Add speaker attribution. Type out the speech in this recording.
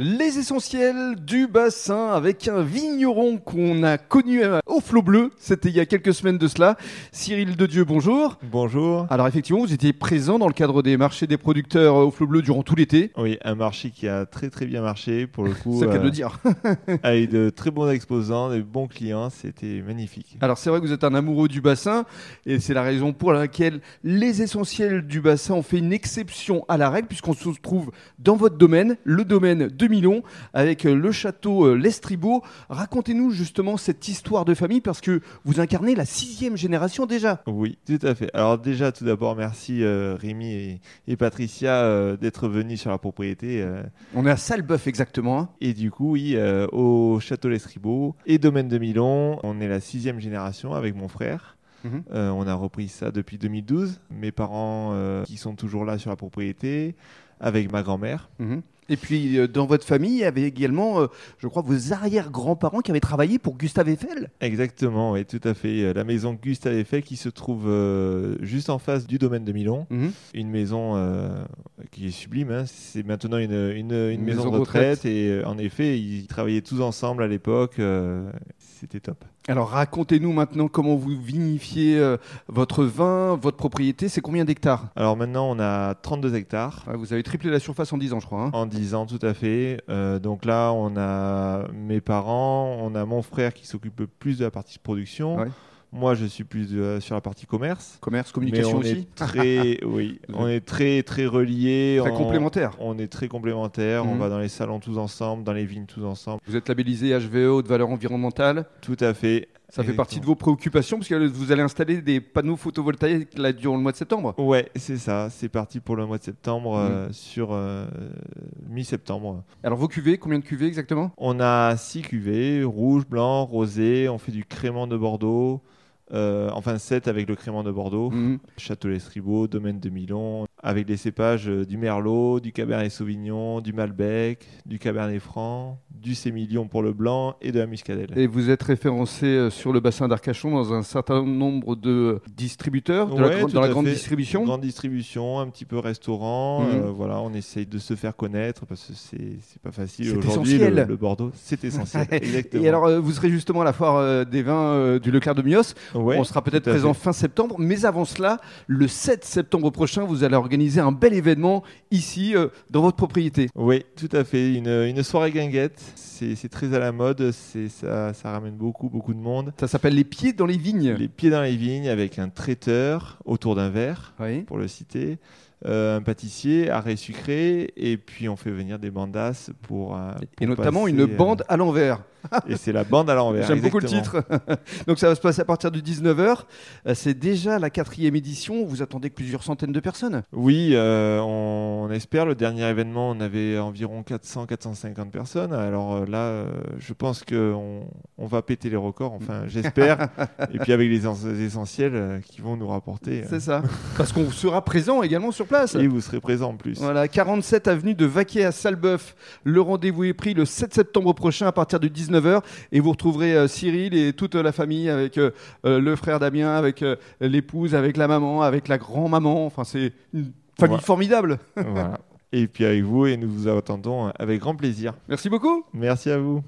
Speaker 1: Les essentiels du bassin avec un vigneron qu'on a connu euh, au flot bleu, c'était il y a quelques semaines de cela. Cyril de Dieu, bonjour.
Speaker 2: Bonjour.
Speaker 1: Alors effectivement, vous étiez présent dans le cadre des marchés des producteurs euh, au flot bleu durant tout l'été.
Speaker 2: Oui, un marché qui a très très bien marché pour le coup,
Speaker 1: C'est le cas de
Speaker 2: euh,
Speaker 1: le dire.
Speaker 2: avec de très bons exposants, de bons clients, c'était magnifique.
Speaker 1: Alors c'est vrai que vous êtes un amoureux du bassin et c'est la raison pour laquelle les essentiels du bassin ont fait une exception à la règle puisqu'on se trouve dans votre domaine, le domaine de Milon avec euh, le château euh, Lestribaux. Racontez-nous justement cette histoire de famille parce que vous incarnez la sixième génération déjà.
Speaker 2: Oui, tout à fait. Alors déjà, tout d'abord, merci euh, Rémi et, et Patricia euh, d'être venus sur la propriété. euh.
Speaker 1: On est à Salbeuf exactement. hein.
Speaker 2: Et du coup, oui, euh, au Château Lestribaux et Domaine de Milon, on est la sixième génération avec mon frère.
Speaker 1: Mhm.
Speaker 2: Euh, on a repris ça depuis 2012. Mes parents euh, qui sont toujours là sur la propriété, avec ma grand-mère.
Speaker 1: Mhm. Et puis euh, dans votre famille, il y avait également, euh, je crois, vos arrière-grands-parents qui avaient travaillé pour Gustave Eiffel.
Speaker 2: Exactement, oui, tout à fait. Euh, La maison Gustave Eiffel qui se trouve euh, juste en face du domaine de Milon.
Speaker 1: Mhm.
Speaker 2: Une maison euh, qui est sublime. hein. C'est maintenant une, une- une maison,
Speaker 1: maison
Speaker 2: de
Speaker 1: de
Speaker 2: retraite. Et euh, en effet, ils travaillaient tous ensemble à l'époque. euh, C'était top.
Speaker 1: Alors racontez-nous maintenant comment vous vinifiez euh, votre vin, votre propriété, c'est combien d'hectares
Speaker 2: Alors maintenant, on a 32 hectares.
Speaker 1: Ouais, Vous avez triplé la surface en 10 ans, je crois. hein.
Speaker 2: En 10 ans, tout à fait. Euh, donc là, on a mes parents, on a mon frère qui s'occupe plus de la partie production.
Speaker 1: Ouais.
Speaker 2: Moi, je suis plus de- sur la partie commerce.
Speaker 1: Commerce,
Speaker 2: Mais
Speaker 1: communication
Speaker 2: on
Speaker 1: aussi.
Speaker 2: Est très, oui, on est très, très reliés.
Speaker 1: Très
Speaker 2: on-
Speaker 1: complémentaire.
Speaker 2: On est très complémentaires. On
Speaker 1: Mhm.
Speaker 2: va dans les salons tous ensemble, dans les vignes tous ensemble.
Speaker 1: Vous êtes labellisé HVE, haute valeur environnementale.
Speaker 2: Tout à fait.
Speaker 1: Ça fait
Speaker 2: Exactement.
Speaker 1: partie de vos préoccupations parce que vous allez installer des panneaux photovoltaïques là durant le mois de septembre.
Speaker 2: Ouais, c'est ça. C'est parti pour le mois de septembre,
Speaker 1: Mhm.
Speaker 2: euh, sur euh, mi-septembre.
Speaker 1: Alors vos cuvées, combien de cuvées exactement
Speaker 2: On a six cuvées, rouge, blanc, rosé. On fait du crément de Bordeaux. euh, enfin, 7 avec le crément de Bordeaux,
Speaker 1: Mhm.
Speaker 2: Château Lestribaux, Domaine de Milon, avec les cépages euh, du Merlot, du Cabernet Sauvignon, du Malbec, du Cabernet Franc, du Sémillon pour le blanc et de la Muscadelle.
Speaker 1: Et vous êtes référencé euh, sur le bassin d'Arcachon dans un certain nombre de distributeurs, de la
Speaker 2: Ouais,
Speaker 1: grande-
Speaker 2: tout
Speaker 1: dans la
Speaker 2: à
Speaker 1: grande
Speaker 2: fait.
Speaker 1: distribution.
Speaker 2: Grande distribution, un petit peu restaurant.
Speaker 1: Mhm.
Speaker 2: euh, voilà, on essaye de se faire connaître parce que c'est c'est pas facile
Speaker 1: C'est
Speaker 2: aujourd'hui. Le,
Speaker 1: essentiel.
Speaker 2: le Bordeaux, c'est essentiel. exactement.
Speaker 1: Et alors, euh, vous serez justement à la foire euh, des vins euh, du Leclerc de Mios.
Speaker 2: Ouais,
Speaker 1: On sera peut-être
Speaker 2: tout à
Speaker 1: présent
Speaker 2: fait.
Speaker 1: fin septembre, mais avant cela, le 7 septembre prochain, vous allez organiser un bel événement ici, euh, dans votre propriété.
Speaker 2: Oui, tout à fait. Une, une soirée guinguette, c'est c'est très à la mode. c'est- Ça, ça ramène beaucoup, beaucoup de monde.
Speaker 1: Ça s'appelle Les Pieds dans les Vignes.
Speaker 2: Les pieds dans les vignes avec un traiteur autour d'un verre,
Speaker 1: Oui.
Speaker 2: pour le citer, euh, un pâtissier, arrêt sucré, et puis on fait venir des bandas pour. euh,
Speaker 1: Et
Speaker 2: pour
Speaker 1: notamment
Speaker 2: passer,
Speaker 1: une
Speaker 2: euh,
Speaker 1: bande à l'envers.
Speaker 2: Et c'est la bande à l'envers.
Speaker 1: J'aime beaucoup le
Speaker 2: exactement.
Speaker 1: titre. Donc ça va se passer à partir du 19h. Euh, C'est déjà la quatrième édition. Vous attendez plusieurs centaines de personnes.
Speaker 2: Oui, euh, on espère. Le dernier événement, on avait environ 400-450 personnes. Alors euh, là, euh, je pense qu'on on va péter les records, enfin j'espère. Et puis avec les ens- essentiels euh, qui vont nous rapporter. euh,
Speaker 1: C'est ça. Parce qu'on sera présent également sur place.
Speaker 2: et vous serez présents en plus.
Speaker 1: Voilà, 47 avenue de Vaquet à Salbeuf. Le rendez-vous est pris le 7 septembre prochain à partir de 19h. Et vous retrouverez euh, Cyril et toute euh, la famille avec euh, euh, le frère Damien, avec euh, l'épouse, avec la maman, avec la grand-maman. Enfin, c'est une famille
Speaker 2: Ouais.
Speaker 1: formidable.
Speaker 2: Voilà. Et puis avec vous, et nous vous attendons avec grand plaisir.
Speaker 1: Merci beaucoup.
Speaker 2: Merci à vous.